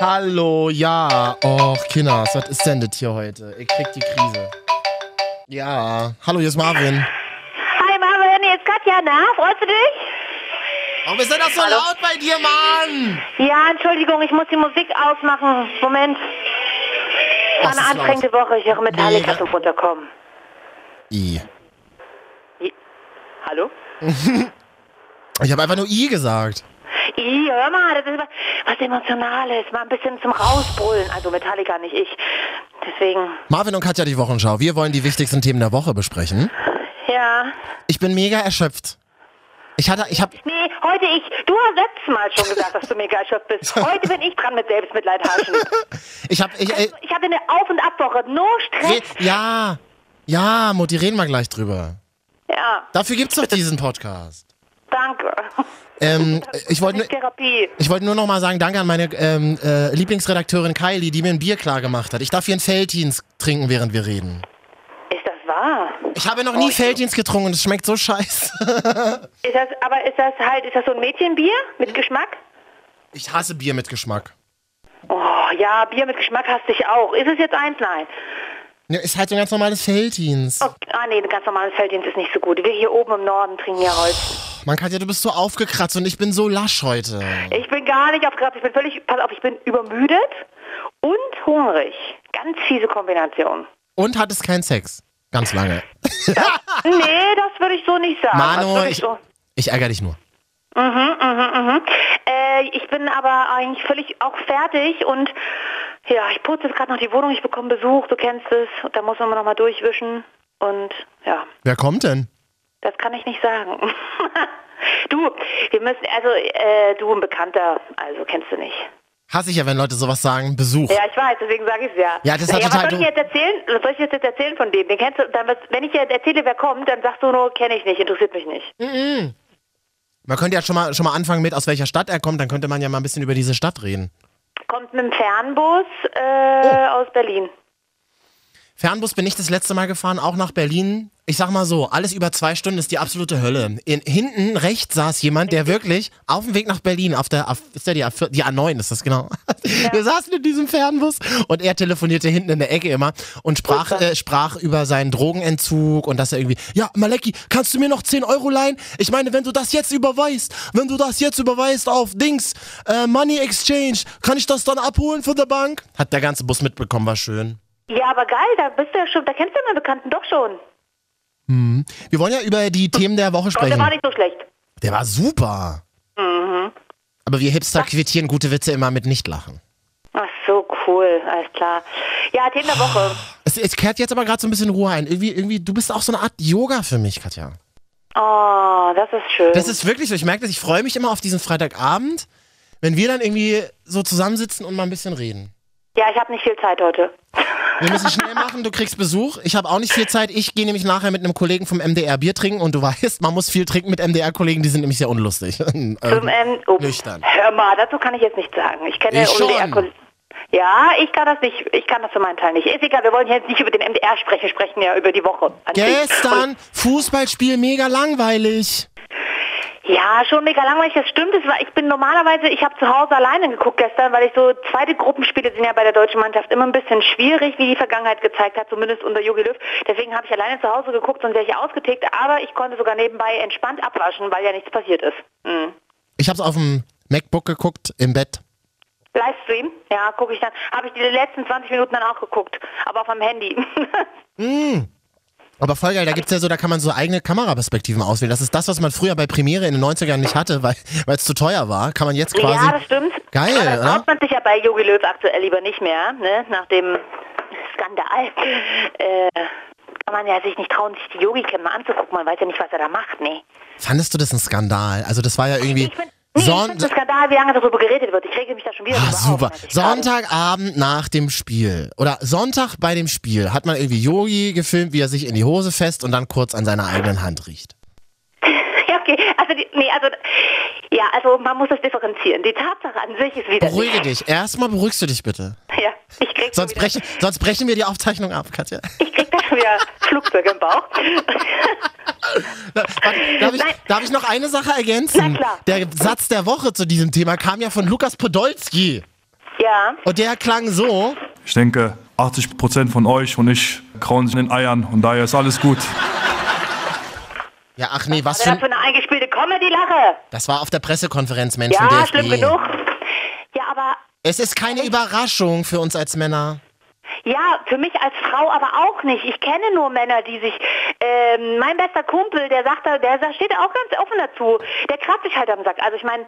Hallo, ja. Och, Kinders, was ist denn das hier heute? Ich krieg die Krise. Ja. Hallo, hier ist Marvin. Hi Marvin, hier ist Katja, na, freust du dich? Warum ist denn das so laut bei dir, Mann? Ja, Entschuldigung, ich muss die Musik ausmachen. Moment. Das War eine ist laut. anstrengende Woche, ich höre Mega. Metallica zum Runterkommen. I. Hallo? Ich habe einfach nur I gesagt. I, hör mal, das ist was, was Emotionales, mal ein bisschen zum Rausbrüllen. Also Metallica, nicht ich. Deswegen, Marvin und Katja, die Wochenschau. Wir wollen die wichtigsten Themen der Woche besprechen. ja. Ich bin mega erschöpft. Ich hatte, ich hab, Nee, heute ich. Du hast letztes Mal schon gesagt, dass du mega erschöpft bist. Heute bin ich dran mit Selbstmitleid haschen. ich hab, ich, äh, Ich hatte eine Auf- und Abwoche, no re, Stress. ja, ja, Mutti, reden wir gleich drüber. Ja, Dafür gibt's doch diesen Podcast. danke. Ähm, ich wollte, nur- Therapie. ich wollte nur noch mal sagen, danke an meine ähm, äh, Lieblingsredakteurin Kylie, die mir ein Bier klar gemacht hat. Ich darf hier einen Feltins trinken, während wir reden. Ist das wahr? Oh, Ich habe noch nie Feltins getrunken und es schmeckt so scheiße. Ist das, aber ist das halt, ist das so ein Mädchenbier mit Geschmack? Ich hasse Bier mit Geschmack. Oh, ja, Bier mit Geschmack hast dich auch. Ist es jetzt eins? Nein. Ne, ist halt so ein ganz normales Feltins. Okay. Ah, nee, ein ganz normales Felddienst ist nicht so gut. Wir hier oben im Norden trinken ja Holz. Mann, Katja, du bist so aufgekratzt und ich bin so lasch heute. Ich bin gar nicht aufgeregt. Ich bin völlig, pass auf, ich bin übermüdet und hungrig. Ganz fiese Kombination. Und hattest keinen Sex. Ganz lange. Nee, das würde ich so nicht sagen. Das Manu, würde ich, ich so- ich ärgere dich nur. Mhm, mhm, mhm. Äh, ich bin aber eigentlich völlig auch fertig und ja, ich putze jetzt gerade noch die Wohnung, ich bekomme Besuch, du kennst es, und da muss man noch mal durchwischen und ja, Wer kommt denn? das kann ich nicht sagen. du, wir müssen, also äh, du ein Bekannter, also kennst du nicht. Hasse ich ja, wenn Leute sowas sagen. Besuch. Ja, ich weiß, deswegen sage ich es ja. Ja, das hat was total soll ich jetzt erzählen? Was soll ich jetzt erzählen von dem? Den kennst du, dann, was- wenn ich jetzt erzähle, wer kommt, dann sagst du nur, kenne ich nicht, interessiert mich nicht. Hm? Man könnte ja schon mal, schon mal anfangen mit, aus welcher Stadt er kommt. Dann könnte man ja mal ein bisschen über diese Stadt reden. Kommt mit dem Fernbus äh, Oh. aus Berlin. Fernbus bin ich das letzte Mal gefahren, auch nach Berlin. Ich sag mal so, alles über zwei Stunden ist die absolute Hölle. In, hinten rechts saß jemand, der wirklich auf dem Weg nach Berlin, auf der, auf, ist der die, A4, die A9, ist das genau. Wir saßen in diesem Fernbus und er telefonierte hinten in der Ecke immer und sprach, äh, sprach über seinen Drogenentzug und dass er irgendwie, ja, Maleki, kannst du mir noch 10 Euro leihen? Ich meine, wenn du das jetzt überweist, wenn du das jetzt überweist auf Dings, äh, Money Exchange, kann ich das dann abholen von der Bank? Hat der ganze Bus mitbekommen, war schön. Ja, aber geil, da bist du ja schon, da kennst du meinen Bekannten doch schon. Wir wollen ja über die Themen der Woche Und der sprechen. war nicht so schlecht. Mhm. Der war super. Aber wir Hipster quittieren gute Witze immer mit Nichtlachen. Ach so, cool, alles klar. Ja, Themen der Woche. Es, es kehrt jetzt aber gerade so ein bisschen Ruhe ein. Irgendwie, irgendwie, du bist auch so eine Art Yoga für mich, Katja. Oh, das ist schön. Das ist wirklich so. Ich merke das, ich freue mich immer auf diesen Freitagabend, wenn wir dann irgendwie so zusammensitzen und mal ein bisschen reden. ja, ich habe nicht viel Zeit heute. Wir müssen schnell machen, du kriegst Besuch. Ich habe auch nicht viel Zeit. Ich gehe nämlich nachher mit einem Kollegen vom MDR Bier trinken und du weißt, man muss viel trinken mit MDR-Kollegen, die sind nämlich sehr unlustig. Ähm, Zum, ähm, oh, nüchtern. Hör mal, dazu kann ich jetzt nichts sagen. Ich kenne Ich schon. MDR-Kollegen. Ja, ich kann das nicht, ich kann das für meinen Teil nicht. Ist egal, wir wollen jetzt nicht über den MDR sprechen, wir sprechen ja über die Woche. an sich. Gestern Fußballspiel mega langweilig. Ja, schon mega langweilig, das stimmt. Es war, ich bin normalerweise, ich habe zu Hause alleine geguckt gestern, weil ich so, zweite Gruppenspiele sind ja bei der deutschen Mannschaft immer ein bisschen schwierig, wie die Vergangenheit gezeigt hat, zumindest unter Jogi Löw. Deswegen habe ich alleine zu Hause geguckt, sonst wäre ich ausgetickt, aber ich konnte sogar nebenbei entspannt abwaschen, weil ja nichts passiert ist. Mhm. Ich habe es auf dem MacBook geguckt im Bett. Livestream, ja, gucke ich dann. Habe ich die letzten 20 Minuten dann auch geguckt, aber auf meinem Handy. Aber voll geil, da gibt's ja so, da kann man so eigene Kameraperspektiven auswählen. Das ist das, was man früher bei Premiere in den 90ern nicht hatte, weil es zu teuer war. Kann man jetzt quasi. ja, das stimmt. Geil, aber das oder? traut man sich ja bei Jogi Löw aktuell lieber nicht mehr, ne? nach dem Skandal. Äh, kann man ja sich nicht trauen, sich die Yogi-Cam mal anzugucken. Man weiß ja nicht, was er da macht, ne? Fandest du das ein Skandal? Also das war ja irgendwie. Ich finde nee, ich Son find ein Skandal, wie lange darüber geredet wird. Ich rege mich da schon wieder Ah, drüber super. auf. Also, Das ist schade. Sonntagabend nach dem Spiel oder Sonntag bei dem Spiel hat man irgendwie Yogi gefilmt, wie er sich in die Hose fest und dann kurz an seiner eigenen Hand riecht. Ja, okay. Also, die, nee, also, ja, also man muss das differenzieren. Die Tatsache an sich ist wieder... Beruhige dich. Erstmal beruhigst du dich bitte. Ja, ich krieg Sonst schon wieder- brechen, sonst brechen wir die Aufzeichnung ab, Katja. Ich krieg da schon wieder Flugzeug im Bauch. Warte, darf, ich, Nein. darf ich noch eine Sache ergänzen? Na klar. Der Satz der Woche zu diesem Thema kam ja von Lukas Podolski. Ja. Und der klang so. Ich denke, 80% von euch und ich krauen sich in den Eiern und daher ist alles gut. Ja, ach nee, was für Also das für ein, eine eingespielte Comedy-Lache. Das war auf der Pressekonferenz, Mensch, vom Ja, DFB. schlimm genug. Ja, aber Es ist keine Überraschung für uns als Männer. Ja, für mich als Frau aber auch nicht. Ich kenne nur Männer, die sich, ähm, mein bester Kumpel, der sagt da, der sagt- steht da auch ganz offen dazu, der kratzt sich halt am Sack. Also ich meine,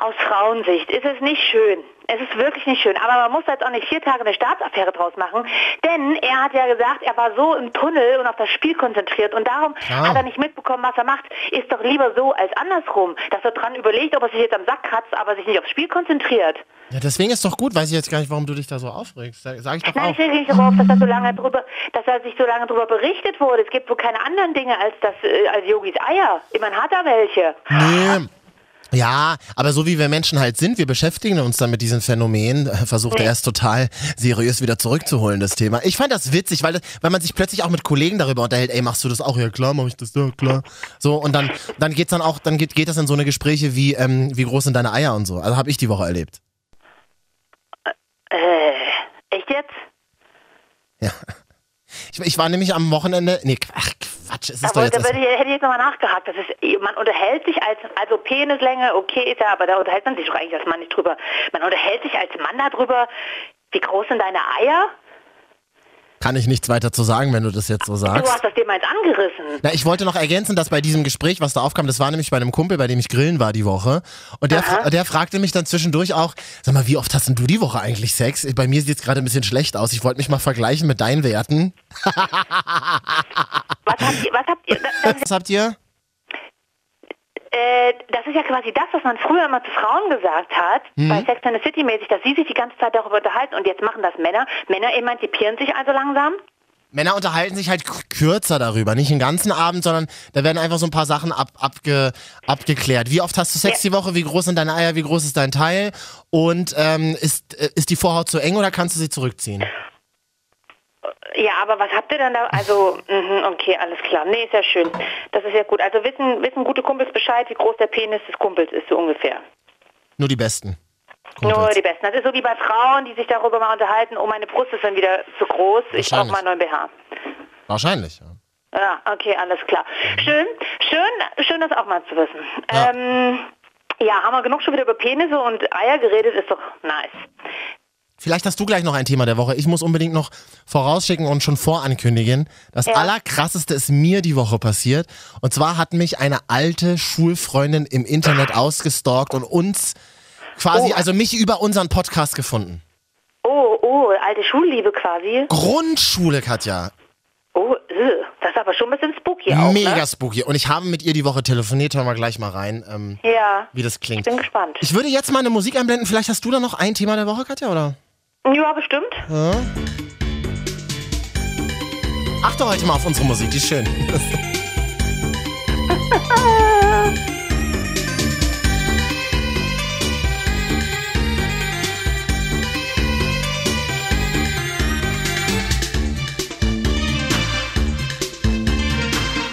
aus Frauensicht ist es nicht schön. Es ist wirklich nicht schön. Aber man muss da jetzt auch nicht vier Tage eine Staatsaffäre draus machen, denn er hat ja gesagt, er war so im Tunnel und auf das Spiel konzentriert und darum Klar. hat er nicht mitbekommen, was er macht. Ist doch lieber so als andersrum, dass er dran überlegt, ob er sich jetzt am Sack kratzt, aber sich nicht aufs Spiel konzentriert. Ja, deswegen ist doch gut. Weiß ich jetzt gar nicht, warum du dich da so aufregst. Sag, sag ich doch Nein, auch. ich rege mich darauf, dass er so lange drüber, dass er sich so lange drüber berichtet wurde. Es gibt wohl keine anderen Dinge als das, äh, als Yogis Eier. Immerhin hat er welche. Nee. Ja, aber so wie wir Menschen halt sind, wir beschäftigen uns dann mit diesen Phänomenen, äh, versucht er erst total seriös wieder zurückzuholen, das Thema. Ich fand das witzig, weil, das, weil man sich plötzlich auch mit Kollegen darüber unterhält, ey, machst du das auch? Ja, klar, mach ich das, ja, klar. So, und dann, dann geht's dann auch, dann geht, geht das in so eine Gespräche wie, ähm, wie groß sind deine Eier und so. Also habe ich die Woche erlebt. Äh, echt jetzt? Ich, ich war nämlich am Wochenende, nee, Qu- ach Quatsch, es ist Da doch jetzt... wollte, erst- würde ich, hätte ich jetzt nochmal nachgehakt. Das ist, man unterhält sich als, also Penislänge, okay, ist ja, aber da unterhält man sich doch eigentlich als Mann nicht drüber. Man unterhält sich als Mann darüber, wie groß sind deine Eier? Kann ich nichts weiter zu sagen, wenn du das jetzt so Du sagst. hast das Thema jetzt angerissen. Na, ich wollte noch ergänzen, dass bei diesem Gespräch, was da aufkam, das war nämlich bei einem Kumpel, bei dem ich grillen war die Woche. Und der, fra- der fragte mich dann zwischendurch auch, sag mal, wie oft hast denn du die Woche eigentlich Sex? Bei mir sieht's gerade ein bisschen schlecht aus. Ich wollte mich mal vergleichen mit deinen Werten. Was habt ihr, was habt ihr, das, Was habt ihr? Äh, das ist ja quasi das, was man früher immer zu Frauen gesagt hat, bei Sex and the City mäßig, dass sie sich die ganze Zeit darüber unterhalten und jetzt machen das Männer. Männer emanzipieren sich also langsam. Männer unterhalten sich halt k- kürzer darüber. Nicht den ganzen Abend, sondern da werden einfach so ein paar Sachen ab, abge, abgeklärt. Wie oft hast du Sex die Woche? Wie groß sind deine Eier? Wie groß ist dein Teil? Und ähm, ist, äh, ist die Vorhaut zu eng oder kannst du sie zurückziehen? Ja, aber was habt ihr denn da? Also, mhm, okay, alles klar. Nee, ist ja schön. Das ist ja gut. Also wissen, wissen gute Kumpels Bescheid, wie groß der Penis des Kumpels ist, so ungefähr. Nur die Besten. Nur Kumpels. die Besten. Das ist so wie bei Frauen, die sich darüber mal unterhalten, oh, meine Brust ist dann wieder zu groß, ich brauche Wahrscheinlich. mal einen neuen BH. Wahrscheinlich, ja. Ja, okay, alles klar. Schön, schön, schön, das auch mal zu wissen. Ja, ähm, ja haben wir genug schon wieder über Penisse und Eier geredet, ist doch nice. Vielleicht hast du gleich noch ein Thema der Woche. Ich muss unbedingt noch vorausschicken und schon vorankündigen. Das Allerkrasseste ist mir die Woche passiert. Und zwar hat mich eine alte Schulfreundin im Internet ausgestalkt und uns quasi, also mich über unseren Podcast gefunden. Oh, oh, alte Schulliebe quasi. Grundschule, Katja. Oh, äh, das ist aber schon ein bisschen spooky auch, Mega ne? spooky. Und ich habe mit ihr die Woche telefoniert. Hören wir gleich mal rein, ähm, Ja, wie das klingt. bin gespannt. Ich würde jetzt mal eine Musik einblenden. Vielleicht hast du da noch ein Thema der Woche, Katja, oder? Ja, bestimmt. Achte heute mal auf unsere Musik, die ist schön.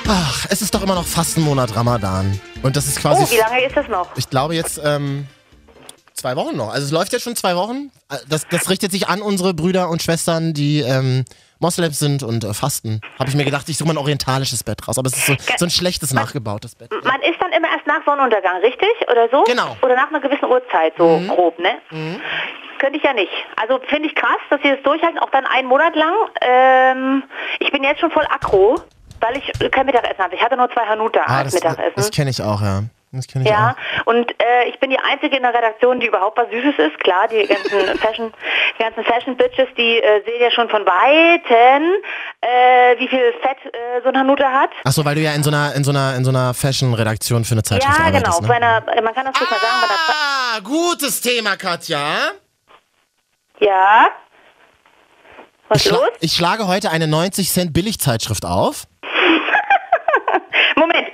Ach, es ist doch immer noch fast ein Monat Ramadan. Und das ist quasi, Oh, wie lange ist das noch? ich glaube jetzt, ähm, zwei Wochen noch. Also es läuft jetzt schon zwei Wochen. Äh, Das, das richtet sich an unsere Brüder und Schwestern, die ähm, Moslems sind und äh, fasten. Habe ich mir gedacht, ich suche mal ein orientalisches Bett raus. Aber es ist so, so ein schlechtes, nachgebautes Bett. Man ist dann immer erst nach Sonnenuntergang, richtig? Oder so? Genau. Mhm. Oder nach einer gewissen Uhrzeit, so grob, ne? Könnte ich ja nicht. Also finde ich krass, dass sie das durchhalten, auch dann einen Monat lang. Ähm, ich bin jetzt schon voll aggro, weil ich kein Mittagessen hatte. Ich hatte nur zwei Hanuta Ah, als das Mittagessen. das kenne ich auch, ja. Das kenne ich ja, auch. und äh, ich bin die Einzige in der Redaktion, die überhaupt was Süßes ist. Klar, die ganzen Fashion, die ganzen Fashion-Bitches, die äh, sehen ja schon von Weitem, äh, wie viel Fett äh, so ein Hanuta hat. Ach so, weil du ja in so einer, in so einer, in so einer Fashion-Redaktion für eine Zeitschrift Ja, arbeitest. genau. Ne? Bei einer, man kann das ruhig mal sagen, bei einer Ah, gutes Thema, Katja. Ja. Ich, Was schla los? ich schlage heute eine 90 Cent Billigzeitschrift auf. Moment,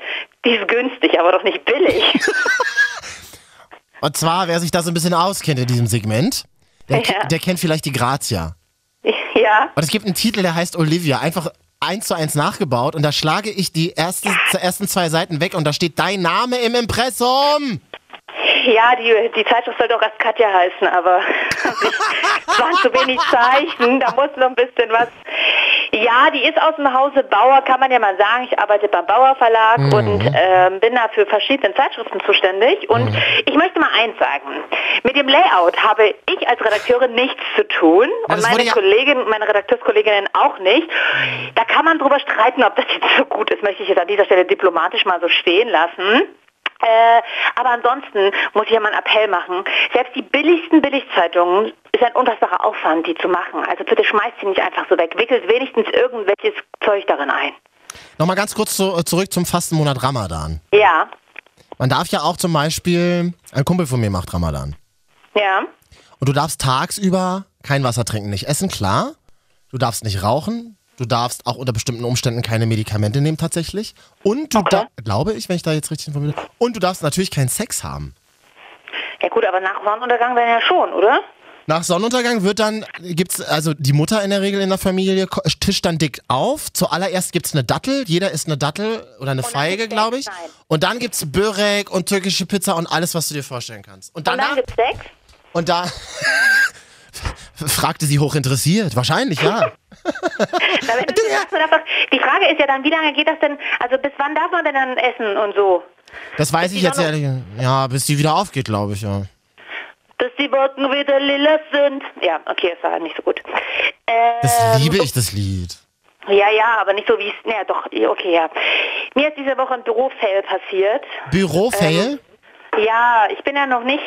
die ist günstig, aber doch nicht billig. Und zwar, wer sich da so ein bisschen auskennt in diesem Segment, der, Ja. der kennt vielleicht die Grazia. ja. Und es gibt einen Titel, der heißt Olivia, einfach eins zu eins nachgebaut. Und da schlage ich die erste, ersten zwei Seiten weg und da steht dein Name im Impressum. Ja, die, die Zeitschrift sollte auch erst Katja heißen, aber es waren zu wenig Zeichen, da muss noch ein bisschen was. Ja, die ist aus dem Hause Bauer, kann man ja mal sagen. Ich arbeite beim Bauer Verlag Mhm. und ähm, bin da für verschiedene Zeitschriften zuständig. Und Mhm. ich möchte mal eins sagen. Mit dem Layout habe ich als Redakteurin nichts zu tun Ja, das wurde und meine ja- Kolleginnen, meine Redakteurskolleginnen auch nicht. Da kann man drüber streiten, ob das jetzt so gut ist, möchte ich jetzt an dieser Stelle diplomatisch mal so stehen lassen. Äh, aber ansonsten muss ich ja mal einen Appell machen. Selbst die billigsten Billigzeitungen ist ein unfassbarer Aufwand, die zu machen. Also bitte schmeißt sie nicht einfach so weg. Wickelt wenigstens irgendwelches Zeug darin ein. Nochmal ganz kurz zu, zurück zum Fastenmonat Ramadan. Ja, Man darf ja auch zum Beispiel, ein Kumpel von mir macht Ramadan. ja. Und du darfst tagsüber kein Wasser trinken, nicht essen, klar. Du darfst nicht rauchen. Du darfst auch unter bestimmten Umständen keine Medikamente nehmen tatsächlich. Und du Okay. da, glaube ich, wenn ich da jetzt richtig informiert bin. Und du darfst natürlich keinen Sex haben. Ja gut, aber nach Sonnenuntergang dann ja schon, oder? Nach Sonnenuntergang wird dann, gibt's, also die Mutter in der Regel in der Familie ko- tischt dann dick auf. Zuallererst gibt's eine Dattel, jeder isst eine Dattel oder eine Feige, gibt's glaube ich. Sex, nein. Und dann gibt's Börek und türkische Pizza und alles, was du dir vorstellen kannst. Und Und danach, dann gibt's Sex? und da fragte sie hochinteressiert. Wahrscheinlich, ja. Na, wenn du das sagst, dann einfach- Die Frage ist ja dann, wie lange geht das denn, also bis wann darf man denn dann essen und so? Das weiß ich die jetzt dann ehrlich. Ja, bis die wieder aufgeht, glaube ich, ja. Dass die Wolken wieder lila sind. Ja, okay, das war nicht so gut. Ähm, Das liebe ich, das Lied. Ja, ja, aber nicht so wie es. Naja, doch, okay, ja. Mir ist diese Woche ein Bürofail passiert. Bürofail? Ähm, Ja, ich bin ja noch nicht,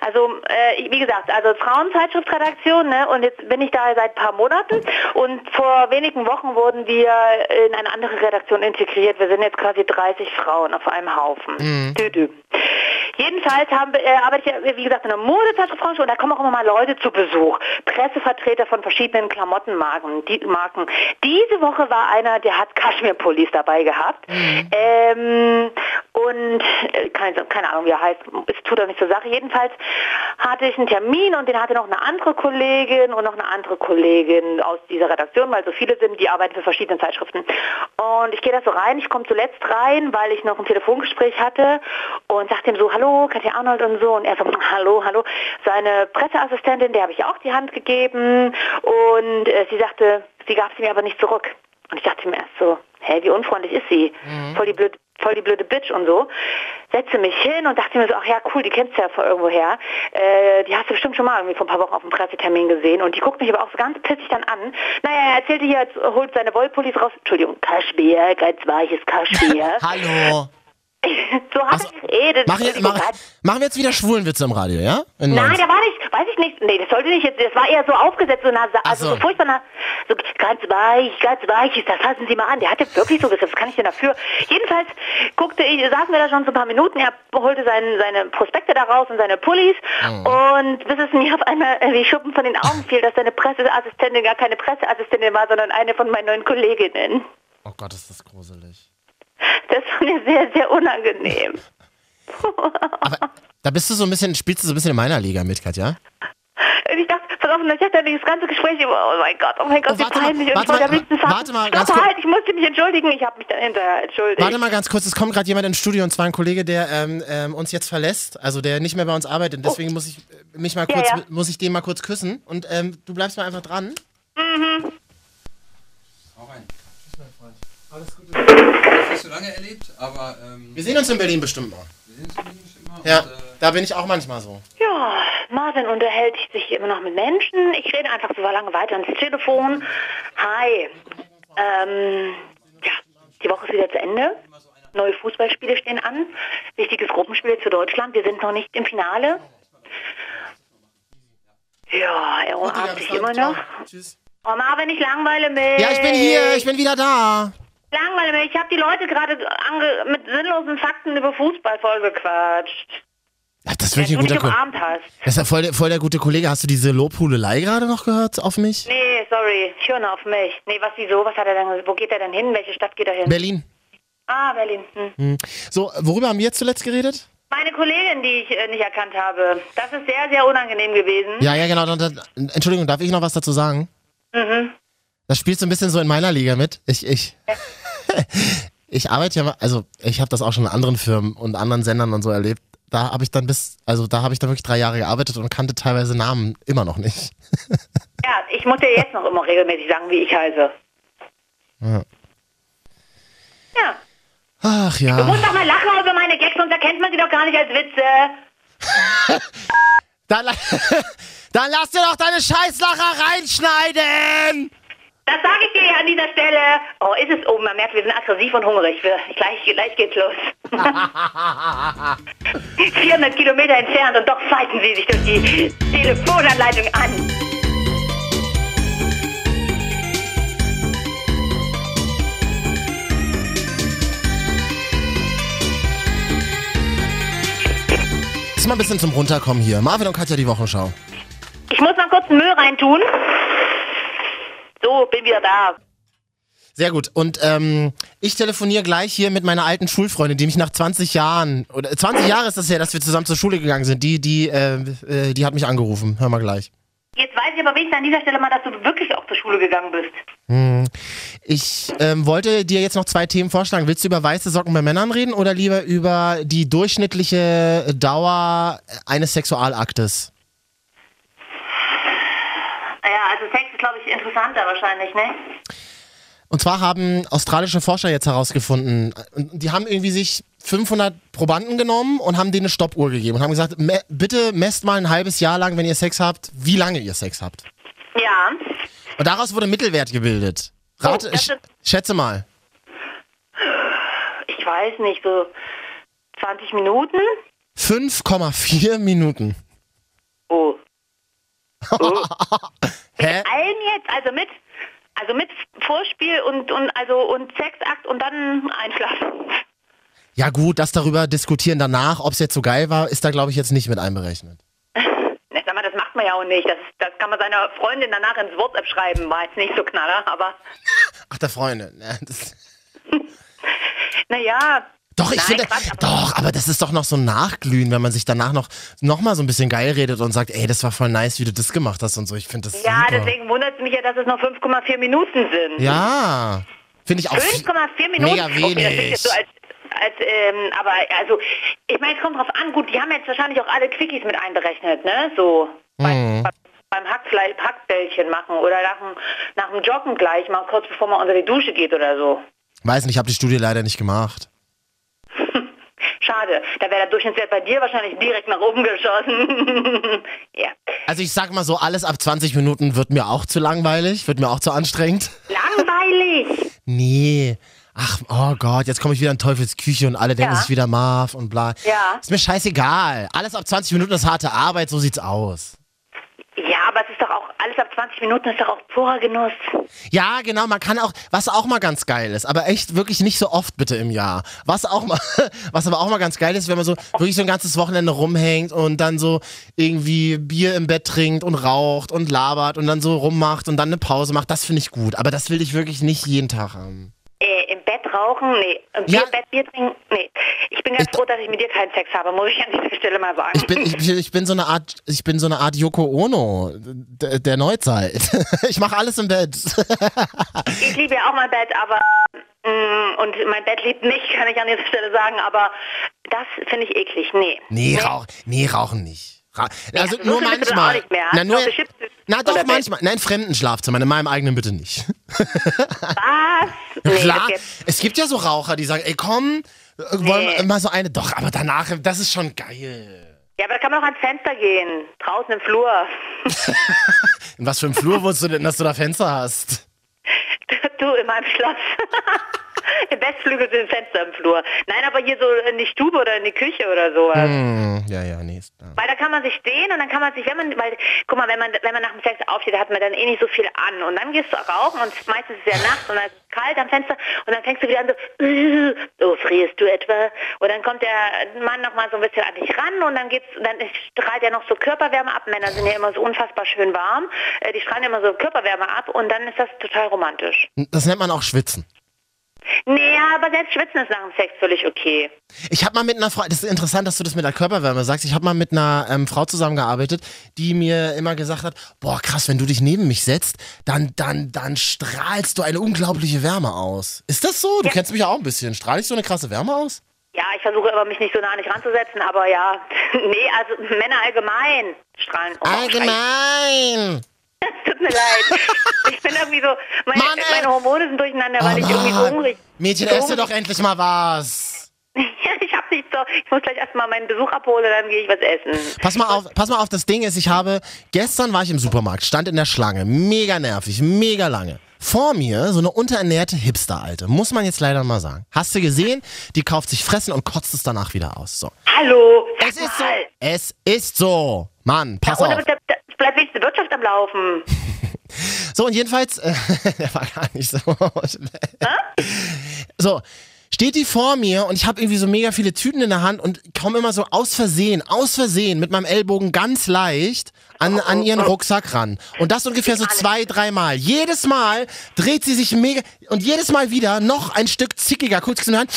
also äh, ich, wie gesagt, also Frauenzeitschriftredaktion, ne, und jetzt bin ich da seit paar Monaten und vor wenigen Wochen wurden wir in eine andere Redaktion integriert. Wir sind jetzt quasi 30 Frauen auf einem Haufen. Dü -dü. Jedenfalls haben, wir, äh, arbeite ich, ja, wie gesagt, in einer Modezeitschriftbranche und da kommen auch immer mal Leute zu Besuch. Pressevertreter von verschiedenen Klamottenmarken. Die, Marken. Diese Woche war einer, der hat Kaschmirpullis dabei gehabt. Ähm, und äh, keine, keine Ahnung, wie er heißt, es tut doch nicht zur Sache. Jedenfalls hatte ich einen Termin und den hatte noch eine andere Kollegin und noch eine andere Kollegin aus dieser Redaktion, weil so viele sind, die arbeiten für verschiedene Zeitschriften. Und ich gehe da so rein, ich komme zuletzt rein, weil ich noch ein Telefongespräch hatte und sagte ihm so, hallo, Katja Arnold und so. Und er so, "Hm, hallo, hallo. Seine Presseassistentin, der habe ich auch die Hand gegeben und äh, sie sagte, sie gab sie mir aber nicht zurück. Und ich dachte mir erst so, hä, wie unfreundlich ist sie? Mhm. Voll, die blöde, voll die blöde Bitch und so. Setze mich hin und dachte mir so, ach ja, cool, die kennst du ja von irgendwoher. Äh, die hast du bestimmt schon mal irgendwie vor ein paar Wochen auf dem Pressetermin gesehen. Und die guckt mich aber auch so ganz pissig dann an. Naja, er erzählte hier, jetzt holt seine Wollpullis raus. Entschuldigung, Kaschmir, ganz weiches Kaschmir. Hallo. so hat er geredet. Machen wir, Entschuldigung, mach, machen wir jetzt wieder Schwulenwitze im Radio, ja? In Nein, 90. der war nicht, weiß ich nicht, nee, das sollte nicht jetzt, das war eher so aufgesetzt, so, na, also so. so. furchtbar, na, so ganz weich, ganz weich ist das, fassen Sie mal an, der hatte wirklich so gesagt, was kann ich denn dafür? Jedenfalls guckte ich, saßen wir da schon so ein paar Minuten, er holte seinen, seine Prospekte da raus und seine Pullis und bis es mir auf einmal äh, wie Schuppen von den Augen fiel, dass seine Presseassistentin gar keine Presseassistentin war, sondern eine von meinen neuen Kolleginnen. oh Gott, ist das gruselig. Das war mir sehr, sehr unangenehm. Aber da bist du so ein bisschen, spielst du so ein bisschen in meiner Liga mit, Katja? Und ich dachte, pass auf, und ich hatte dann dieses ganze Gespräch über, oh mein Gott, oh mein Gott, Oh, wie warte mal, peinlich. Und warte ich wollte mal, am liebsten sagen, warte mal, ganz stopp, kurz. halt, ich musste mich entschuldigen. Ich habe mich dann hinterher entschuldigt. Warte mal ganz kurz, es kommt gerade jemand ins Studio und zwar ein Kollege, der ähm, ähm, uns jetzt verlässt, also der nicht mehr bei uns arbeitet. Deswegen muss ich äh, mich mal Oh. Ja, kurz, ja. muss ich den mal kurz küssen und ähm, du bleibst mal einfach dran. Mhm. nicht so lange erlebt, aber ähm, Wir sehen uns in Berlin bestimmt mal. wir sehen uns zumindest immer. Ja, Und, äh, da bin ich auch manchmal so. Ja, Marvin unterhält sich immer noch mit Menschen. Ich rede einfach so lange weiter ans Telefon. Hi. Ähm, ja, die Woche ist wieder zu Ende. Neue Fußballspiele stehen an. Wichtiges Gruppenspiel für Deutschland. Wir sind noch nicht im Finale. Ja, er Digga, umarmt bis sich dann. immer Ciao. noch. Tschüss. Oh Marvin, ich langweile mich. Ja, ich bin hier, ich bin wieder da. Langweile mich. Ich habe die Leute gerade ange- mit sinnlosen Fakten über Fußball vollgequatscht. Ach, das ist Wenn wirklich du ein guter dich Kollege. umarmt hast. Das ist ja voll, der- voll der gute Kollege. Hast du diese Lobhudelei gerade noch gehört auf mich? Nee, sorry. Ich höre nur auf mich. Nee, was, wieso? Was hat er denn? Wo geht er denn hin? Welche Stadt geht er hin? Berlin. ah, Berlin. Hm. So, worüber haben wir jetzt zuletzt geredet? Meine Kollegin, die ich äh, nicht erkannt habe. Das ist sehr, sehr unangenehm gewesen. Ja, ja, genau. dann- dann- Entschuldigung, darf ich noch was dazu sagen? Mhm. Das spielt so ein bisschen so in meiner Liga mit. Ich, ich, ich arbeite ja, mal- also ich habe das auch schon in anderen Firmen und anderen Sendern und so erlebt. da habe ich dann bis, also da habe ich dann wirklich drei Jahre gearbeitet und kannte teilweise Namen immer noch nicht. Ja, ich muss dir jetzt noch immer regelmäßig sagen, wie ich heiße. Ja. Ja. Ach Du ja. musst doch mal lachen über meine Gags, sonst erkennt man sie doch gar nicht als Witze. Dann, la- dann lass dir doch deine Scheißlacher reinschneiden! Das sage ich dir ja an dieser Stelle. Oh, ist es oben. Man merkt, wir sind aggressiv und hungrig. Wir, gleich, gleich geht's los. 400 Kilometer entfernt und doch falten sie sich durch die Telefonanleitung an. Ist mal ein bisschen zum Runterkommen hier. Marvin und Katja, die Wochenschau. Ich muss mal kurz einen Müll reintun. So, bin wieder da. Sehr gut. Und ähm, ich telefoniere gleich hier mit meiner alten Schulfreundin, die mich nach 20 Jahren, oder 20 Jahre ist das ja, dass wir zusammen zur Schule gegangen sind. Die, die, äh, äh, die hat mich angerufen. Hör mal gleich. Jetzt weiß ich aber wenigstens an dieser Stelle mal, dass du wirklich auch zur Schule gegangen bist. Ich ähm, wollte dir jetzt noch zwei Themen vorschlagen. Willst du über weiße Socken bei Männern reden oder lieber über die durchschnittliche Dauer eines Sexualaktes? Ja, also Sex ist, glaube ich, interessanter wahrscheinlich, ne? Und zwar haben australische Forscher jetzt herausgefunden, äh, und die haben irgendwie sich 500 Probanden genommen und haben denen eine Stoppuhr gegeben und haben gesagt, me bitte messt mal ein halbes Jahr lang, wenn ihr Sex habt, wie lange ihr Sex habt. Ja. Und daraus wurde Mittelwert gebildet. Rate, Oh, das sch ist- schätze mal. Ich weiß nicht, so 20 Minuten? 5,4 Minuten. Oh. Hä? Allen jetzt, also mit, also mit Vorspiel und, und also und Sexakt und dann einschlafen. Ja gut, das darüber diskutieren danach, ob es jetzt so geil war, ist da glaube ich jetzt nicht mit einberechnet. Na, Ne, Sag mal, das macht man ja auch nicht. Das, das kann man seiner Freundin danach ins WhatsApp schreiben. War jetzt nicht so knaller, aber Ach, der Freunde. Ne, das, naja. doch, ich Nein, finde, Quatsch, aber- doch, aber das ist doch noch so ein Nachglühen, wenn man sich danach noch, noch mal so ein bisschen geil redet und sagt, ey, das war voll nice, wie du das gemacht hast und so. Ich finde das Ja, super. deswegen wundert es mich ja, dass es noch 5,4 Minuten sind. Ja, finde ich auch. viel- 5,4 Minuten. Mega wenig. Okay, das klingt jetzt so als, als, ähm, aber also, ich meine, es kommt drauf an. Gut, die haben jetzt wahrscheinlich auch alle Quickies mit einberechnet, ne? So Mhm. beim, beim Hackfleisch, Hackbällchen machen oder nach dem, nach dem Joggen gleich mal kurz bevor man unter die Dusche geht oder so. Weiß nicht, ich habe die Studie leider nicht gemacht. Schade, da wäre der Durchschnittswert bei dir wahrscheinlich direkt nach oben geschossen. ja. Also ich sag mal so, alles ab 20 Minuten wird mir auch zu langweilig, wird mir auch zu anstrengend. Langweilig. Nee. Ach, oh Gott, jetzt komme ich wieder in Teufels Küche und alle denken, Ja. es ist wieder Marv und bla. Ja. Ist mir scheißegal. Alles ab 20 Minuten ist harte Arbeit, so sieht's aus. Ja, aber es ist doch auch, alles ab 20 Minuten ist doch auch purer Genuss. Ja, genau, man kann auch, was auch mal ganz geil ist, aber echt wirklich nicht so oft bitte im Jahr. Was auch mal, was aber auch mal ganz geil ist, wenn man so wirklich so ein ganzes Wochenende rumhängt und dann so irgendwie Bier im Bett trinkt und raucht und labert und dann so rummacht und dann eine Pause macht, das finde ich gut. Aber das will ich wirklich nicht jeden Tag haben. Äh, Im Bett rauchen? Nee. Im Ja. Bier, Bett Bier trinken? Nee. Ich bin ganz Ich- froh, dass ich mit dir keinen Sex habe, muss ich an dieser Stelle mal sagen. Ich bin, ich, bin- ich bin so eine Art, ich bin so eine Art Yoko Ono der, der Neuzeit. Ich mache alles im Bett. Ich liebe ja auch mein Bett, aber mh, und mein Bett liebt mich, kann ich an dieser Stelle sagen, aber das finde ich eklig. Nee. Nee, rauch, nee rauchen nicht. Ra also also nur Nudeln bitte manchmal. auch nicht mehr. Also Na, nur, Doch, bestimmt- na doch oder Bett. manchmal. Nein, in fremden Schlafzimmern, in meinem eigenen bitte nicht. Was? Nee, das Klar, jetzt- es gibt ja so Raucher, die sagen, ey komm, äh, wollen wir Nee. mal so eine. Doch, aber danach, das ist schon geil. ja, aber da kann man auch ans Fenster gehen. Draußen im Flur. In was für einem Flur wohnst du denn, dass du da Fenster hast? Du in meinem Schloss. Im Westflügel sind Fenster im Flur. Nein, aber hier so in die Stube oder in die Küche oder sowas. Hm, ja, ja, nee. Ist klar. Weil da kann man sich stehen und dann kann man sich, wenn man, weil, guck mal, wenn man, wenn man nach dem Sex aufsteht, da hat man dann eh nicht so viel an. Und dann gehst du rauchen und meistens ist es ja nachts und dann ist es kalt am Fenster und dann fängst du wieder an so, "Äh, oh, frierst du etwa? Und dann kommt der Mann nochmal so ein bisschen an dich ran und dann geht's, dann strahlt er noch so Körperwärme ab. Männer sind ja immer so unfassbar schön warm. Äh, Die strahlen immer so Körperwärme ab und dann ist das total romantisch. Das nennt man auch Schwitzen. Naja, aber selbst Schwitzen ist nach dem Sex völlig okay. Ich habe mal mit einer Frau, das ist interessant, dass du das mit der Körperwärme sagst. Ich habe mal mit einer ähm, Frau zusammengearbeitet, die mir immer gesagt hat: Boah, krass, wenn du dich neben mich setzt, dann, dann, dann strahlst du eine unglaubliche Wärme aus. Ist das so? Du kennst mich ja auch ein bisschen. Strahle ich so eine krasse Wärme aus? Ja, ich versuche immer, mich nicht so nah nicht ranzusetzen, aber ja, nee, also Männer allgemein strahlen. Oh, Allgemein! Tut mir leid. Ich bin irgendwie so, meine, Mann, ey. Oh meine Hormone sind durcheinander, weil ich irgendwie so Mann. hungrig Mädchen, so esse hungrig- doch endlich mal was. Ja, ich hab nicht so, ich muss gleich erstmal meinen Besuch abholen, dann gehe ich was essen. Pass mal auf, pass mal auf, das Ding ist, ich habe, gestern war ich im Supermarkt, stand in der Schlange, mega nervig, mega lange. Vor mir so eine unterernährte Hipster-Alte, muss man jetzt leider mal sagen. Hast du gesehen? Die kauft sich Fressen und kotzt es danach wieder aus. So. Hallo, sag Es ist so. mal. Es ist so. Mann, pass Ohne auf. da, da bleibt wenigstens die Wirtschaft am Laufen. So, und jedenfalls, äh, der war gar nicht so schnell. So, steht die vor mir und ich habe irgendwie so mega viele Tüten in der Hand und komme immer so aus Versehen, aus Versehen mit meinem Ellbogen ganz leicht an, an ihren Rucksack ran. Und das ungefähr so zwei, dreimal. Jedes Mal dreht sie sich mega und jedes Mal wieder noch ein Stück zickiger, kurz in der Hand.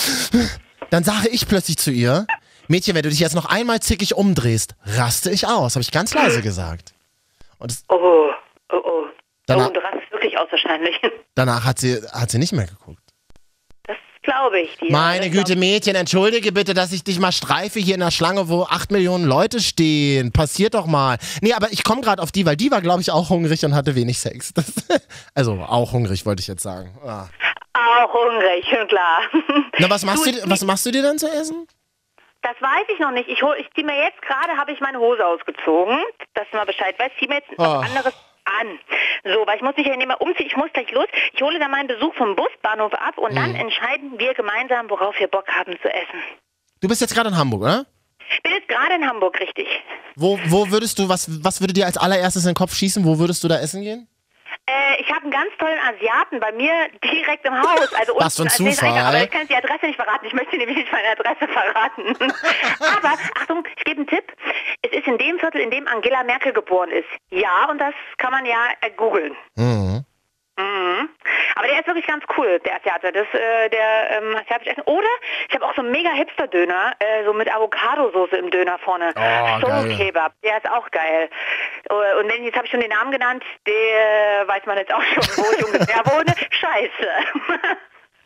Dann sage ich plötzlich zu ihr, Mädchen, wenn du dich jetzt noch einmal zickig umdrehst, raste ich aus. Habe ich ganz leise gesagt. Und es, Oh, oh, oh. Dann- oh, du rast wirklich aus wahrscheinlich. danach hat sie, hat sie nicht mehr geguckt. Das glaube ich dir. Meine Das Güte, glaub- Mädchen, entschuldige bitte, dass ich dich mal streife hier in der Schlange, wo acht Millionen Leute stehen. Passiert doch mal. Nee, aber ich komme gerade auf die, weil die war, glaube ich, auch hungrig und hatte wenig Sex. Das, also auch hungrig, wollte ich jetzt sagen. Ah. Auch hungrig, schon klar. Na, was machst, du, ich- was machst du dir dann zu essen? Das weiß ich noch nicht. Ich, hol, ich ziehe mir jetzt gerade, habe ich meine Hose ausgezogen, dass du mal Bescheid weißt. Zieh mir jetzt Ah. was anderes an. So, weil ich muss mich ja nicht mehr umziehen, ich muss gleich los. Ich hole dann meinen Besuch vom Busbahnhof ab und dann entscheiden wir gemeinsam, worauf wir Bock haben zu essen. Du bist jetzt gerade in Hamburg, oder? Ich bin jetzt gerade in Hamburg, richtig. Wo, wo würdest du, was, was würde dir als allererstes in den Kopf schießen? Wo würdest du da essen gehen? Äh, ich habe einen ganz tollen Asiaten bei mir direkt im Haus. Also Was für ein unten als nächster Zufall. Eingang, Aber ich kann die Adresse nicht verraten. Ich möchte nämlich nicht meine Adresse verraten. aber Achtung, ich gebe einen Tipp. Es ist in dem Viertel, in dem Angela Merkel geboren ist. Ja, und das kann man ja äh, googeln. Mhm. Mhm. Aber der ist wirklich ganz cool, der Asiate. Das, äh, der ähm, asiatisch essen. Oder ich habe auch so einen mega Hipster-Döner, äh, so mit Avocado-Soße im Döner vorne. Oh, geil. Kebab, der ist auch geil. Äh, Und den, jetzt habe ich schon den Namen genannt, der weiß man jetzt auch schon, wo ich ungefähr wohne. Scheiße.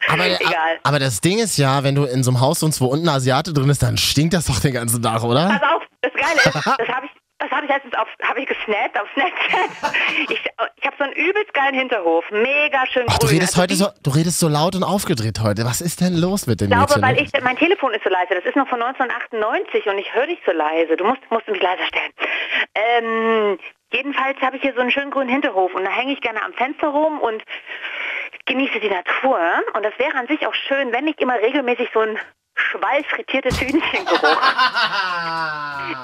Aber, äh, Egal. aber das Ding ist ja, wenn du in so einem Haus wohnst, wo unten ein Asiate drin ist, dann stinkt das doch den ganzen Tag, oder? Pass auf, das Geile ist, das habe ich, das habe ich letztens auf, habe ich gesnappt auf Snapchat. Ich, ich habe so einen übelst geilen Hinterhof, mega schön Ach, du grün. redest Also heute wie- so, du redest so laut und aufgedreht heute. Was ist denn los mit dem Ich glaube, Mädchen? ne? weil ich, mein Telefon ist so leise. Das ist noch von 1998 und ich höre dich so leise. Du musst, musst mich leiser stellen. Ähm, jedenfalls habe ich hier so einen schönen grünen Hinterhof und da hänge ich gerne am Fenster rum und genieße die Natur. Und das wäre an sich auch schön, wenn nicht immer regelmäßig so ein Schwall frittiertes Hühnchengeruch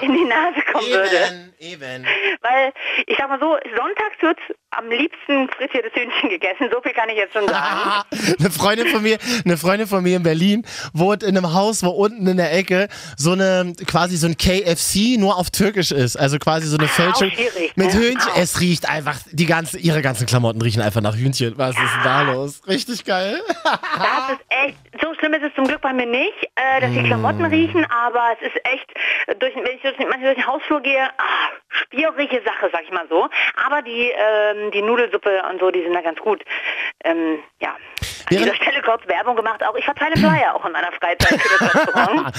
in die Nase kommen würde. Ah, eben, eben. Weil, ich sag mal so, sonntags wird am liebsten frittiertes Hühnchen gegessen. So viel kann ich jetzt schon sagen. Ah, eine Freundin von mir, eine Freundin von mir in Berlin wohnt in einem Haus, wo unten in der Ecke so eine quasi so ein KFC nur auf Türkisch ist, also quasi so eine Ah, Fälschung schwierig, mit ne? Hühnchen. Auch. Es riecht einfach die ganze, ihre ganzen Klamotten riechen einfach nach Hühnchen. Was ist denn da los? Richtig geil. Das ist echt, so schlimm ist es zum Glück bei mir nicht, äh, dass Mm. die Klamotten riechen, aber es ist echt, äh, durch, wenn ich durch, manchmal durch den Hausflur gehe, ah, schwierige Sache, sag ich mal so. Aber die, ähm, die Nudelsuppe und so, die sind da ganz gut. Ähm, ja. An Während- dieser Stelle kurz Werbung gemacht, auch ich verteile Flyer auch in meiner Freizeit für das Restaurant.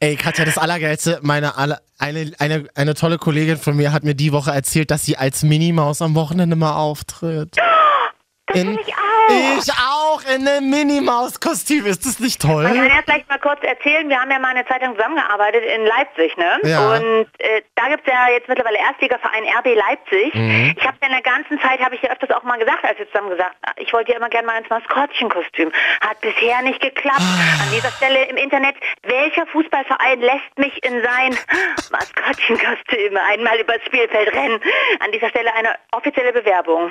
Ey, Katja, das Allergeilste, meine, alle, eine, eine, eine tolle Kollegin von mir hat mir die Woche erzählt, dass sie als Minimaus am Wochenende mal auftritt. Das In- will ich auch. Ich auch in einem Minimaus-Kostüm. Ist das nicht Ich kann toll? ja vielleicht mal kurz erzählen, wir haben ja mal eine Zeit lang zusammengearbeitet in Leipzig, ne? Ja. Und äh, da gibt es ja jetzt mittlerweile Erstligaverein RB Leipzig. Ich habe in der ganzen Zeit, habe ich ja öfters auch mal gesagt, als wir zusammen gesagt, "Ah, ich wollte ja immer gerne mal ins Maskottchenkostüm. Hat bisher nicht geklappt. An dieser Stelle im Internet, welcher Fußballverein lässt mich in sein Maskottchenkostüm einmal übers Spielfeld rennen? An dieser Stelle eine offizielle Bewerbung.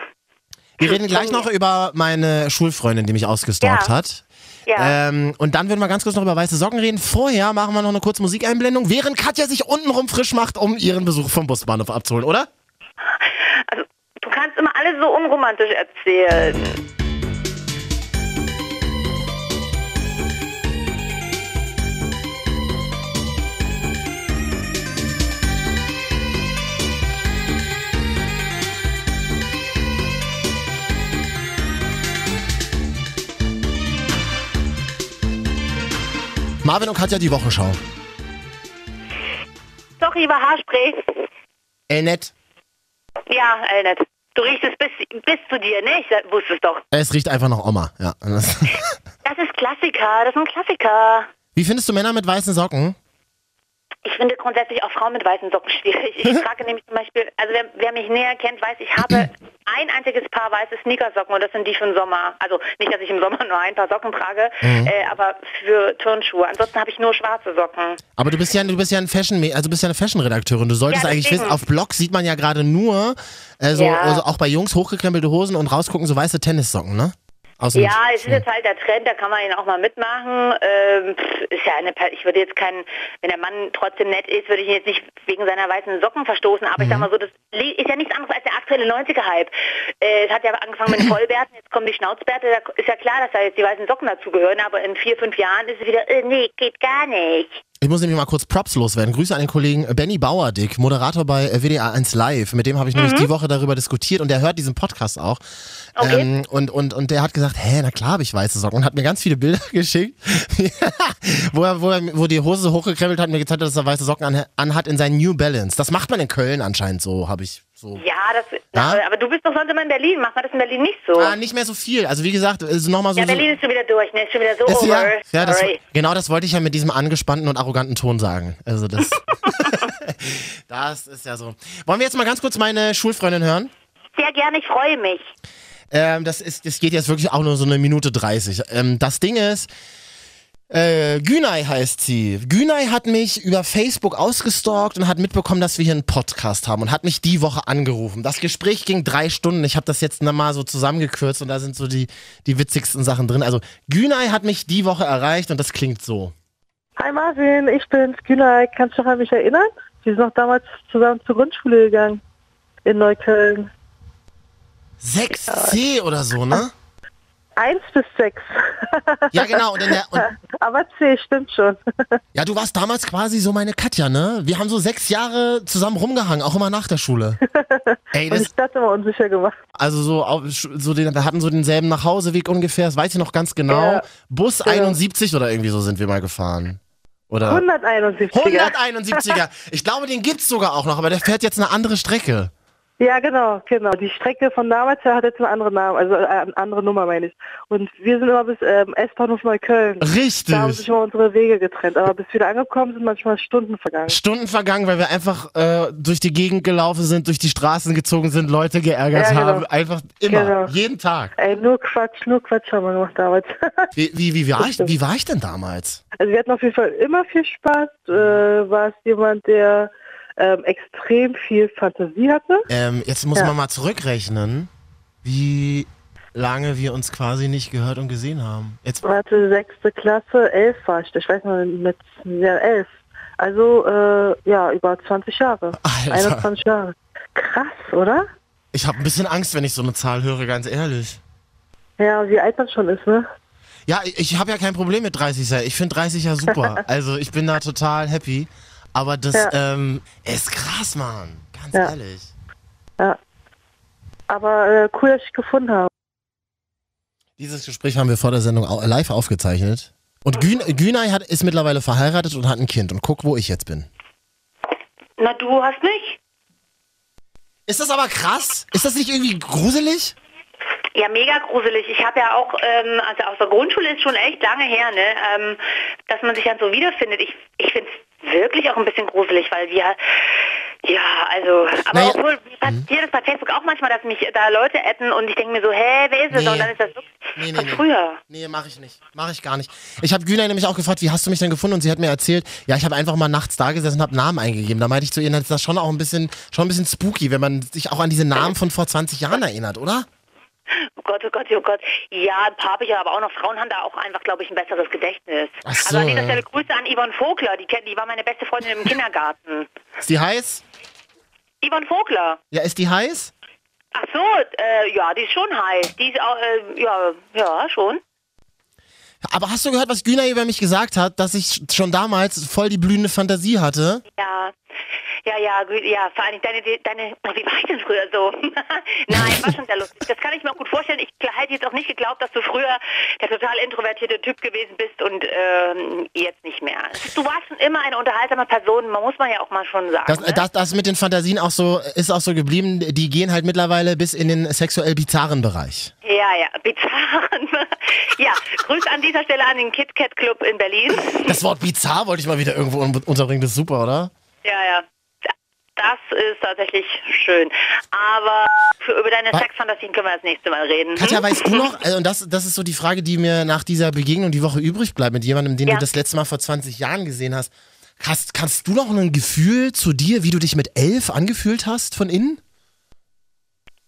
Wir reden gleich noch über meine Schulfreundin, die mich ausgestalkt Ja. hat. Ja. Ähm, und dann würden wir ganz kurz noch über weiße Socken reden. Vorher machen wir noch eine kurze Musikeinblendung, während Katja sich untenrum frisch macht, um ihren Besuch vom Busbahnhof abzuholen, oder? Also, du kannst immer alles so unromantisch erzählen. Marvin und Katja, die Wochenschau. Sorry, war Haarspray. Ey, nett. Ja, Elnet. Du riechst es bis, bis zu dir, ne? Ich sa- wusste es doch. Es riecht einfach nach Oma. Ja. Das- Das ist Klassiker, das ist ein Klassiker. Wie findest du Männer mit weißen Socken? Ich finde grundsätzlich auch Frauen mit weißen Socken schwierig. Ich trage nämlich zum Beispiel, also wer, wer mich näher kennt, weiß, ich habe ein einziges Paar weiße Sneakersocken und das sind die für den Sommer. Also nicht, dass ich im Sommer nur ein paar Socken trage, äh, aber für Turnschuhe. Ansonsten habe ich nur schwarze Socken. Aber du bist ja, du bist ja ein Fashion, also du bist ja eine Fashion-Redakteurin. Du solltest Ja, eigentlich deswegen. wissen, auf Blogs sieht man ja gerade nur, äh, so, Ja. also auch bei Jungs hochgekrempelte Hosen und rausgucken, so weiße Tennissocken, ne? Außen Ja, es ist jetzt halt der Trend, da kann man ihn auch mal mitmachen. Ähm, pff, ist ja eine, Per- ich würde jetzt keinen, wenn der Mann trotzdem nett ist, würde ich ihn jetzt nicht wegen seiner weißen Socken verstoßen. Aber ich Mhm. sag mal so, das li- ist ja nichts anderes als der aktuelle 90er-Hype. Äh, es hat ja angefangen mit Vollbärten, jetzt kommen die Schnauzbärte. Da ist ja klar, dass da jetzt die weißen Socken dazugehören, aber in vier, fünf Jahren ist es wieder, äh, nee, geht gar nicht. Ich muss nämlich mal kurz Props loswerden. Grüße an den Kollegen Benny Bauerdick, Moderator bei äh, WDR1 Live. Mit dem habe ich nämlich die Woche darüber diskutiert und der hört diesen Podcast auch. Mhm. Okay. Ähm, und, und, und der hat gesagt, hä, na klar habe ich weiße Socken und hat mir ganz viele Bilder geschickt, wo, er, wo, er, wo die Hose so hochgekrempelt hat und mir gezeigt hat, dass er weiße Socken an, anhat in seinen New Balance. Das macht man in Köln anscheinend so, habe ich so. Ja, das, na, aber du bist doch sonst immer in Berlin. Macht man das in Berlin nicht so? Ah, nicht mehr so viel. Also wie gesagt, also nochmal so... ja, Berlin so ist schon wieder durch, ne? Ist schon wieder so das, ja, over. ja, das, Sorry. genau das wollte ich ja mit diesem angespannten und arroganten Ton sagen. Also das... das ist ja so. Wollen wir jetzt mal ganz kurz meine Schulfreundin hören? Sehr gerne, ich freue mich. Ähm, das, ist, das geht jetzt wirklich auch nur so eine Minute 30. Ähm, das Ding ist, äh, Günay heißt sie. Günay hat mich über Facebook ausgestalkt und hat mitbekommen, dass wir hier einen Podcast haben und hat mich die Woche angerufen. Das Gespräch ging drei Stunden. Ich habe das jetzt nochmal so zusammengekürzt und da sind so die, die witzigsten Sachen drin. Also Günay hat mich die Woche erreicht und das klingt so. Hi Marvin, ich bin's, Günay. Kannst du noch an mich erinnern? Wir sind noch damals zusammen zur Grundschule gegangen in Neukölln. 6C oder so, ne? Eins bis sechs. Ja, genau. Und in der, und, Aber C stimmt schon. ja, du warst damals quasi so meine Katja, ne? Wir haben so sechs Jahre zusammen rumgehangen, auch immer nach der Schule. Ey, Und ich das immer unsicher gemacht. Also so, auf, so den, wir hatten so denselben Nachhauseweg ungefähr, das weiß ich noch ganz genau. Ja. Bus 71 oder irgendwie so sind wir mal gefahren. Oder 171. 171er. Ich glaube, den gibt's sogar auch noch, aber der fährt jetzt eine andere Strecke. Ja, genau, genau. Die Strecke von damals her hat jetzt einen anderen Namen, also äh, eine andere Nummer meine ich. Und wir sind immer bis ähm, S-Bahnhof Neukölln. Da haben sich Richtig. immer unsere Wege getrennt. Aber bis wir da angekommen sind, manchmal Stunden vergangen. Stunden vergangen, weil wir einfach äh, durch die Gegend gelaufen sind, durch die Straßen gezogen sind, Leute geärgert Ja, genau. haben. Einfach immer. Genau. Jeden Tag. Ey, nur Quatsch, nur Quatsch haben wir gemacht damals. Wie, wie, wie, war, ich, wie war ich denn damals? Also wir hatten auf jeden Fall immer viel Spaß. Äh, war es jemand, der ähm, extrem viel Fantasie hatte. Ähm, jetzt muss Ja. man mal zurückrechnen, wie lange wir uns quasi nicht gehört und gesehen haben. Jetzt Warte, sechste Klasse, elf war ich. Ich weiß noch mit ja, elf. Also äh, ja, über 20 Jahre. Alter. 21 Jahre. Krass, oder? Ich habe ein bisschen Angst, wenn ich so eine Zahl höre, ganz ehrlich. Ja, wie alt man schon ist, ne? Ja, ich- ich habe ja kein Problem mit 30 sein. Ich finde 30 ja super. also ich bin da total happy. Aber das Ja. ähm, ist krass, Mann. Ganz Ja. ehrlich. Aber äh, cool, dass ich gefunden habe. Dieses Gespräch haben wir vor der Sendung au- live aufgezeichnet. Und Gün Günay hat, ist mittlerweile verheiratet und hat ein Kind. Und guck, wo ich jetzt bin. Na, du hast nicht? Ist das aber krass? Ist das nicht irgendwie gruselig? Ja, mega gruselig. Ich habe ja auch, ähm, also aus der Grundschule ist schon echt lange her, ne? ähm, dass man sich dann so wiederfindet. Ich, ich finde es wirklich auch ein bisschen gruselig, weil wir, ja, also, aber Naja, mhm. obwohl, mir passiert das bei Facebook auch manchmal, dass mich da Leute adden und ich denke mir so, hä, wer ist das? Nee. Und dann ist das so Nee, nee, von nee. früher. Nee, mache ich nicht. Mache ich gar nicht. Ich habe Günay nämlich auch gefragt, wie hast du mich denn gefunden? Und sie hat mir erzählt, ja, ich habe einfach mal nachts da gesessen und habe Namen eingegeben. Da meinte ich zu ihr, das ist das schon auch ein bisschen, schon ein bisschen spooky, wenn man sich auch an diese Namen von vor 20 Jahren erinnert, oder? Oh Gott, oh Gott, oh Gott. Ja, ein paar habe ich ja, aber auch noch Frauen haben da auch einfach, glaube ich, ein besseres Gedächtnis. Ach so, also an dieser ja. Stelle Grüße an Yvonne Vogler, die, kennt, die war meine beste Freundin im Kindergarten. Ist die heiß? Yvonne Vogler. Ja, ist die heiß? Ach so, äh, ja, die ist schon heiß. Die ist auch, äh, ja, ja, schon. Aber hast du gehört, was Günay über mich gesagt hat, dass ich schon damals voll die blühende Fantasie hatte? Ja. Ja, ja, gut, ja, vor allem deine, deine, oh, wie war ich denn früher so? Nein, war schon sehr lustig. Das kann ich mir auch gut vorstellen. Ich hätte jetzt auch nicht geglaubt, dass du früher der total introvertierte Typ gewesen bist und ähm, jetzt nicht mehr. Du warst schon immer eine unterhaltsame Person, man muss man ja auch mal schon sagen. Das, äh, ne? das, das mit den Fantasien auch so, äh, ist auch so geblieben. Die gehen halt mittlerweile bis in den sexuell bizarren Bereich. Ja, ja, bizarren. ja, Grüß an dieser Stelle an den Kit Kat Club in Berlin. Das Wort bizarr wollte ich mal wieder irgendwo un- unterbringen. Das ist super, oder? Ja, ja. Das ist tatsächlich schön. Aber für, über deine Was? Sexfantasien können wir das nächste Mal reden. Katja, hm? weißt du noch, also, und das, das ist so die Frage, die mir nach dieser Begegnung die Woche übrig bleibt, mit jemandem, den Ja. du das letzte Mal vor 20 Jahren gesehen hast. hast. Kannst du noch ein Gefühl zu dir, wie du dich mit elf angefühlt hast von innen?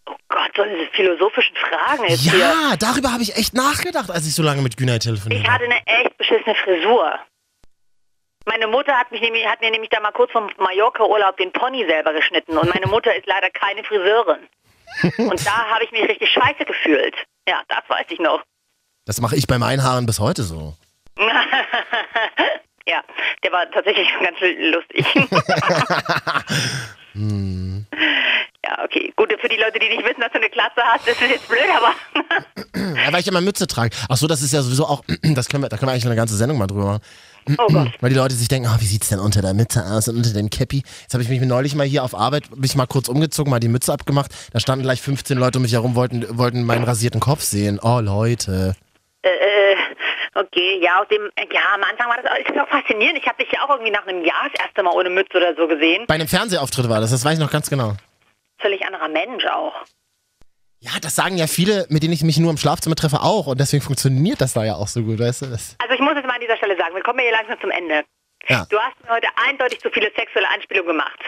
Oh Gott, so diese philosophischen Fragen jetzt hier. Ja, darüber habe ich echt nachgedacht, als ich so lange mit Günay telefoniert Ich habe. hatte eine echt beschissene Frisur. Meine Mutter hat, mich nämlich, hat mir nämlich da mal kurz vom Mallorca-Urlaub den Pony selber geschnitten. Und meine Mutter ist leider keine Friseurin. Und da habe ich mich richtig scheiße gefühlt. Ja, das weiß ich noch. Das mache ich bei meinen Haaren bis heute so. ja, der war tatsächlich ganz lustig. Hm. ja, okay. Gut, für die Leute, die nicht wissen, dass du eine Glatze hast, das ist jetzt blöd, aber Hm. Ja, weil ich immer Mütze trage. Ach so, das ist ja sowieso auch, das können wir, da können wir eigentlich eine ganze Sendung mal drüber machen. oh Gott. Weil die Leute sich denken, ah, wie sieht's denn unter der Mütze aus und unter dem Cappy? Jetzt habe ich mich neulich mal hier auf Arbeit, bin ich mal kurz umgezogen, mal die Mütze abgemacht. Da standen gleich 15 Leute um mich herum, wollten, wollten meinen rasierten Kopf sehen. Oh, Leute. Äh, äh, okay, ja, aus dem, äh, ja, am Anfang war das auch, ist auch faszinierend. Ich habe dich ja auch irgendwie nach einem Jahr das erste Mal ohne Mütze oder so gesehen. Bei einem Fernsehauftritt war das, das weiß ich noch ganz genau. Völlig anderer Mensch auch. Ja, das sagen ja viele, mit denen ich mich nur im Schlafzimmer treffe, auch. Und deswegen funktioniert das da ja auch so gut, weißt du? Das, Also ich muss jetzt mal an dieser Stelle sagen, wir kommen ja hier langsam zum Ende. ja. Du hast mir heute eindeutig zu viele sexuelle Anspielungen gemacht.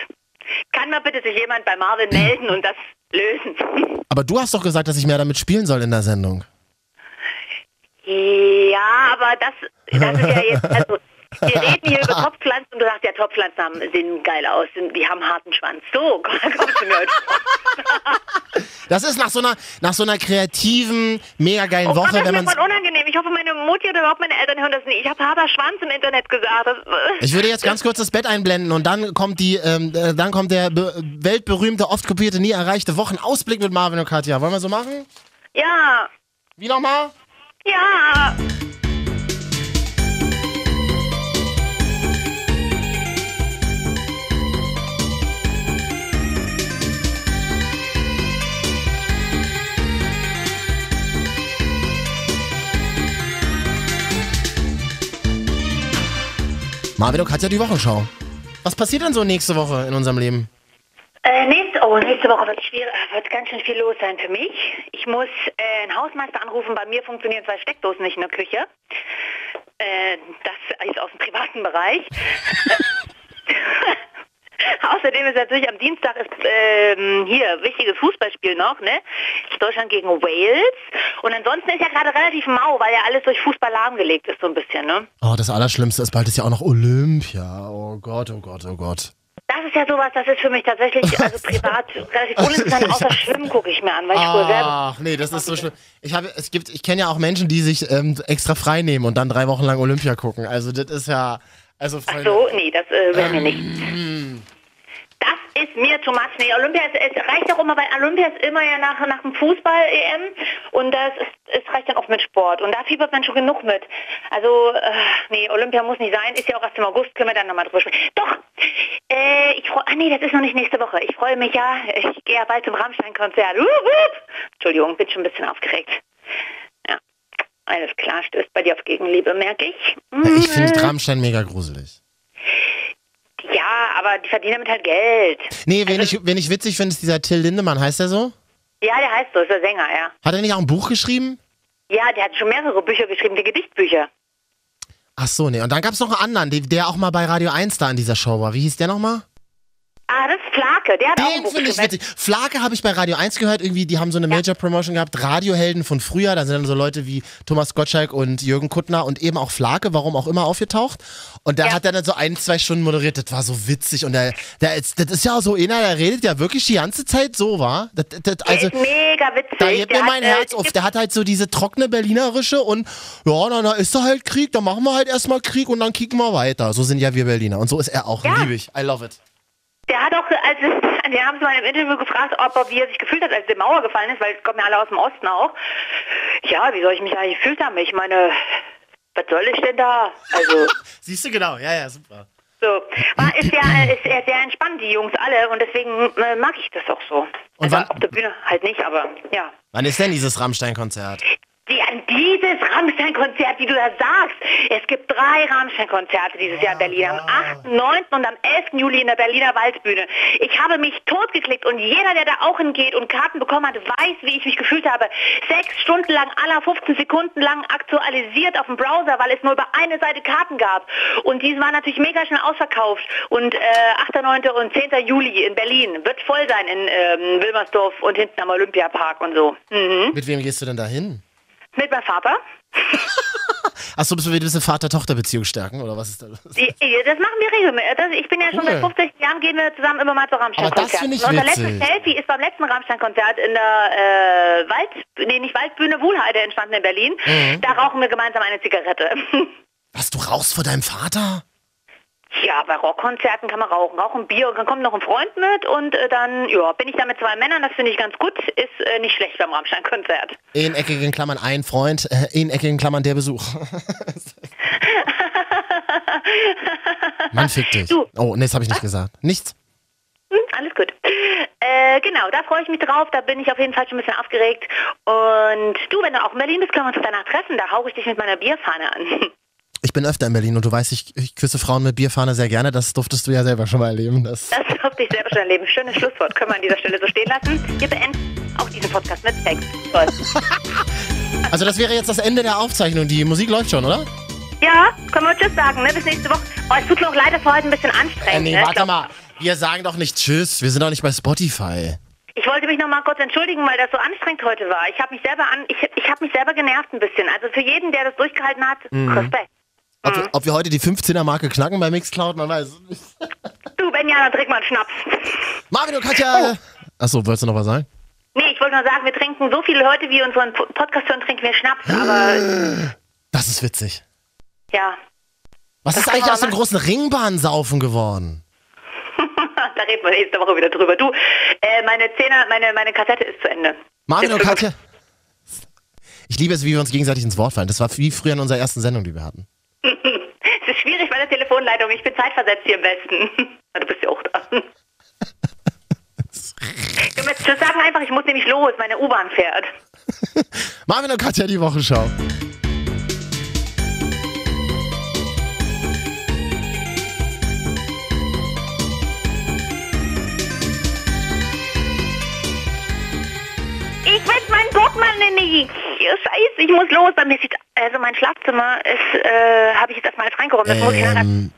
Kann mal bitte sich jemand bei Marvin melden und das lösen? Aber du hast doch gesagt, dass ich mehr damit spielen soll in der Sendung. Ja, aber das, das ist ja jetzt, also, wir reden hier über Topfpflanzen und du sagst ja, Topfpflanzen haben, sehen geil aus, sind, die haben harten Schwanz. So, kommst du mir heute vor. Das ist nach so einer, nach so einer kreativen, mega geilen Oh Gott, Woche, das wenn ist mir man. voll unangenehm. Ich hoffe, meine Mutti oder überhaupt meine Eltern hören das nicht. Ich habe harter Schwanz im Internet gesagt. Das, Ich würde jetzt ganz kurz das Bett einblenden und dann kommt die, ähm, äh, dann kommt der be weltberühmte, oft kopierte, nie erreichte Wochenausblick mit Marvin und Katja. Wollen wir so machen? ja, Wie nochmal? ja. Marvin und Katja die Wochenschau. Was passiert denn so nächste Woche in unserem Leben? Äh, nächste, oh, nächste Woche wird, schwierig, äh, wird ganz schön viel los sein für mich. Ich muss äh, einen Hausmeister anrufen. Bei mir funktionieren zwei Steckdosen nicht in der Küche. Äh, das ist aus dem privaten Bereich. Außerdem ist natürlich am Dienstag ist, ähm, hier wichtiges Fußballspiel noch, ne? Deutschland gegen Wales. Und ansonsten ist ja gerade relativ mau, weil ja alles durch Fußball lahmgelegt ist so ein bisschen, ne? Oh, das Allerschlimmste ist, bald ist ja auch noch Olympia. Oh Gott, oh Gott, oh Gott. Das ist ja sowas, das ist für mich tatsächlich also privat relativ uninteressant, außer Schwimmen gucke ich mir an, weil Ah. ich früher selber Ach, nee, das ist so schlimm. Ich habe, es gibt, ich kenne ja auch Menschen, die sich ähm, extra frei nehmen und dann drei Wochen lang Olympia gucken. Also das ist ja, also Freunde. So, nee, das äh, wäre mir nicht. Das ist mir too much. Nee, Olympia, ist, es reicht auch immer, weil Olympia ist immer ja nach, nach dem Fußball-EM und das ist, es reicht dann oft mit Sport und da fiebert man schon genug mit. Also, äh, nee, Olympia muss nicht sein, ist ja auch erst im August, können wir dann nochmal drüber sprechen. Doch, äh, ich freue, ah nee, das ist noch nicht nächste Woche. Ich freue mich ja, ich gehe ja bald zum Rammstein-Konzert. Wup, wup. Entschuldigung, bin schon ein bisschen aufgeregt. Ja, alles klar, stößt bei dir auf Gegenliebe, merke ich. Mhm. Ja, Ich finde Rammstein mega gruselig. Ja, aber die verdienen damit halt Geld. Nee, wen ich, wen ich witzig finde, ist dieser Till Lindemann. Heißt der so? Ja, der heißt so, ist der Sänger, ja. Hat er nicht auch ein Buch geschrieben? Ja, der hat schon mehrere Bücher geschrieben, die Gedichtbücher. Ach so, nee. Und dann gab es noch einen anderen, die- der auch mal bei Radio 1 da in dieser Show war. Wie hieß der nochmal? Ah, das ist Flake, der hat auch ein Den Buch finde ich geschrieben. witzig. Flake habe ich bei Radio 1 gehört. Irgendwie, die haben so eine Major Promotion gehabt. Radiohelden von früher. Da sind dann so Leute wie Thomas Gottschalk und Jürgen Kuttner und eben auch Flake, warum auch immer, aufgetaucht. Und da hat er dann so ein, zwei Stunden moderiert. Das war so witzig. Und der, der ist, das ist ja auch so einer, der redet ja wirklich die ganze Zeit so, war. Das, das, Der also, ist mega witzig. Da hebt mir hat, mein äh, Herz auf. Der hat halt so diese trockene Berlinerische und ja, na, na ist da halt Krieg, dann machen wir halt erstmal Krieg und dann kicken wir weiter. So sind ja wir Berliner. Und so ist er auch. Ja. Liebe ich. I love it. Der hat auch, also wir haben es mal im Interview gefragt, ob er, wie er sich gefühlt hat, als die Mauer gefallen ist, weil es kommen ja alle aus dem Osten auch. Ja, wie soll ich mich eigentlich gefühlt haben? Ich meine, was soll ich denn da? Also, Siehst du genau, ja, ja, super. so. War, ist ja äh, ist ja sehr entspannt, die Jungs alle, und deswegen äh, mag ich das auch so. Und also, wann- auf der Bühne halt nicht, aber ja. Wann ist denn dieses Rammstein-Konzert? Die, an dieses Rammstein-Konzert, wie du da sagst. Es gibt drei Rammstein-Konzerte dieses Jahr in Berlin. Am 8., 9. und am 11. Juli in der Berliner Waldbühne. Ich habe mich totgeklickt und jeder, der da auch hingeht und Karten bekommen hat, weiß, wie ich mich gefühlt habe. Sechs Stunden lang, aller 15 Sekunden lang aktualisiert auf dem Browser, weil es nur über eine Seite Karten gab. Und diese waren natürlich mega schnell ausverkauft. Und äh, 8., 9. und 10. Juli in Berlin. Wird voll sein in ähm, Wilmersdorf und hinten am Olympiapark und so. Mhm. Mit wem gehst du denn da hin? Mit meinem Vater. Achso, bist du wieder eine Vater-Tochter-Beziehung stärken oder was ist da los? Die- die- Das machen wir regelmäßig. Das, ich bin ja schon Cool. seit 50 Jahren, gehen wir zusammen immer mal zu Aber das Rammstein-Konzerten. finde ich Unser witzig. letztes Selfie ist beim letzten Rammstein-Konzert in der äh, Wald, nee, nicht Waldbühne, Wohlheide entstanden in Berlin. Mhm. Da rauchen wir gemeinsam eine Zigarette. Was, du rauchst vor deinem Vater? ja, bei Rockkonzerten kann man rauchen. Auch ein Bier und dann kommt noch ein Freund mit und äh, dann ja, bin ich da mit zwei Männern. Das finde ich ganz gut. Ist äh, nicht schlecht beim Rammstein-Konzert. In eckigen Klammern ein Freund, äh, in eckigen Klammern der Besuch. Mann, fick dich. Du. Oh, nee, das habe ich nicht gesagt. Nichts. Hm, Alles gut. Äh, genau, da freue ich mich drauf. Da bin ich auf jeden Fall schon ein bisschen aufgeregt. Und du, wenn du auch in Berlin bist, können wir uns danach treffen. Da hauche ich dich mit meiner Bierfahne an. Ich bin öfter in Berlin und du weißt, ich, ich küsse Frauen mit Bierfahne sehr gerne. Das durftest du ja selber schon mal erleben. Das Das durfte ich selber schon erleben. Schönes Schlusswort. Können wir an dieser Stelle so stehen lassen. Wir beenden auch diesen Podcast mit Sex. Toll. also das wäre jetzt das Ende der Aufzeichnung. Die Musik läuft schon, oder? Ja, können wir Tschüss sagen, ne? Bis nächste Woche. Oh, es tut mir auch leid, dass wir heute ein bisschen anstrengend. Äh, nee, ne? Ich warte glaub- mal. Wir sagen doch nicht Tschüss. Wir sind doch nicht bei Spotify. Ich wollte mich noch mal kurz entschuldigen, weil das so anstrengend heute war. Ich habe mich selber an, ich, ich habe mich selber genervt ein bisschen. Also für jeden, der das durchgehalten hat, Mhm. Respekt. Ob, wir- ob wir heute die 15er-Marke knacken bei Mixcloud, man weiß es nicht. Du, Benjamin, dann trink mal einen Schnaps. Marvin und Katja! Achso, wolltest du noch was sagen? Nee, ich wollte nur sagen, wir trinken so viele Leute, wie unseren Po- Podcast hören, trinken wir Schnaps, aber Das ist witzig. ja, Was ist eigentlich aus dem großen Ringbahnsaufen geworden? da reden wir nächste Woche wieder drüber. Du, äh, meine Zehner, meine, meine Kassette ist zu Ende. Marvin und Jetzt- Katja. Ich liebe es, wie wir uns gegenseitig ins Wort fallen. Das war wie früher in unserer ersten Sendung, die wir hatten. Es ist schwierig bei der Telefonleitung, ich bin zeitversetzt hier im Westen. Na, du bist ja auch da. Du musst Tschüss sagen einfach, ich muss nämlich los, meine U-Bahn fährt. Marvin und Katja, die Wochenschau. Ich will meinen Portemonnaie nicht. Scheiße, ich muss los. Bei mir sieht, also mein Schlafzimmer ist, äh, habe ich jetzt erstmal alles reingeräumt. Das muss ich nachher Ähm,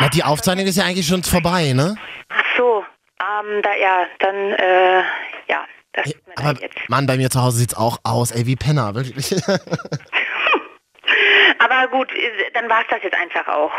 na, die Aufzeichnung ist ja eigentlich schon vorbei, ne? Ach so, ähm, da, ja, dann, äh, ja, das tut mir Aber leid jetzt. Mann, bei mir zu Hause sieht's auch aus, ey, wie Penner, wirklich. Aber gut, äh, dann war es das jetzt einfach auch.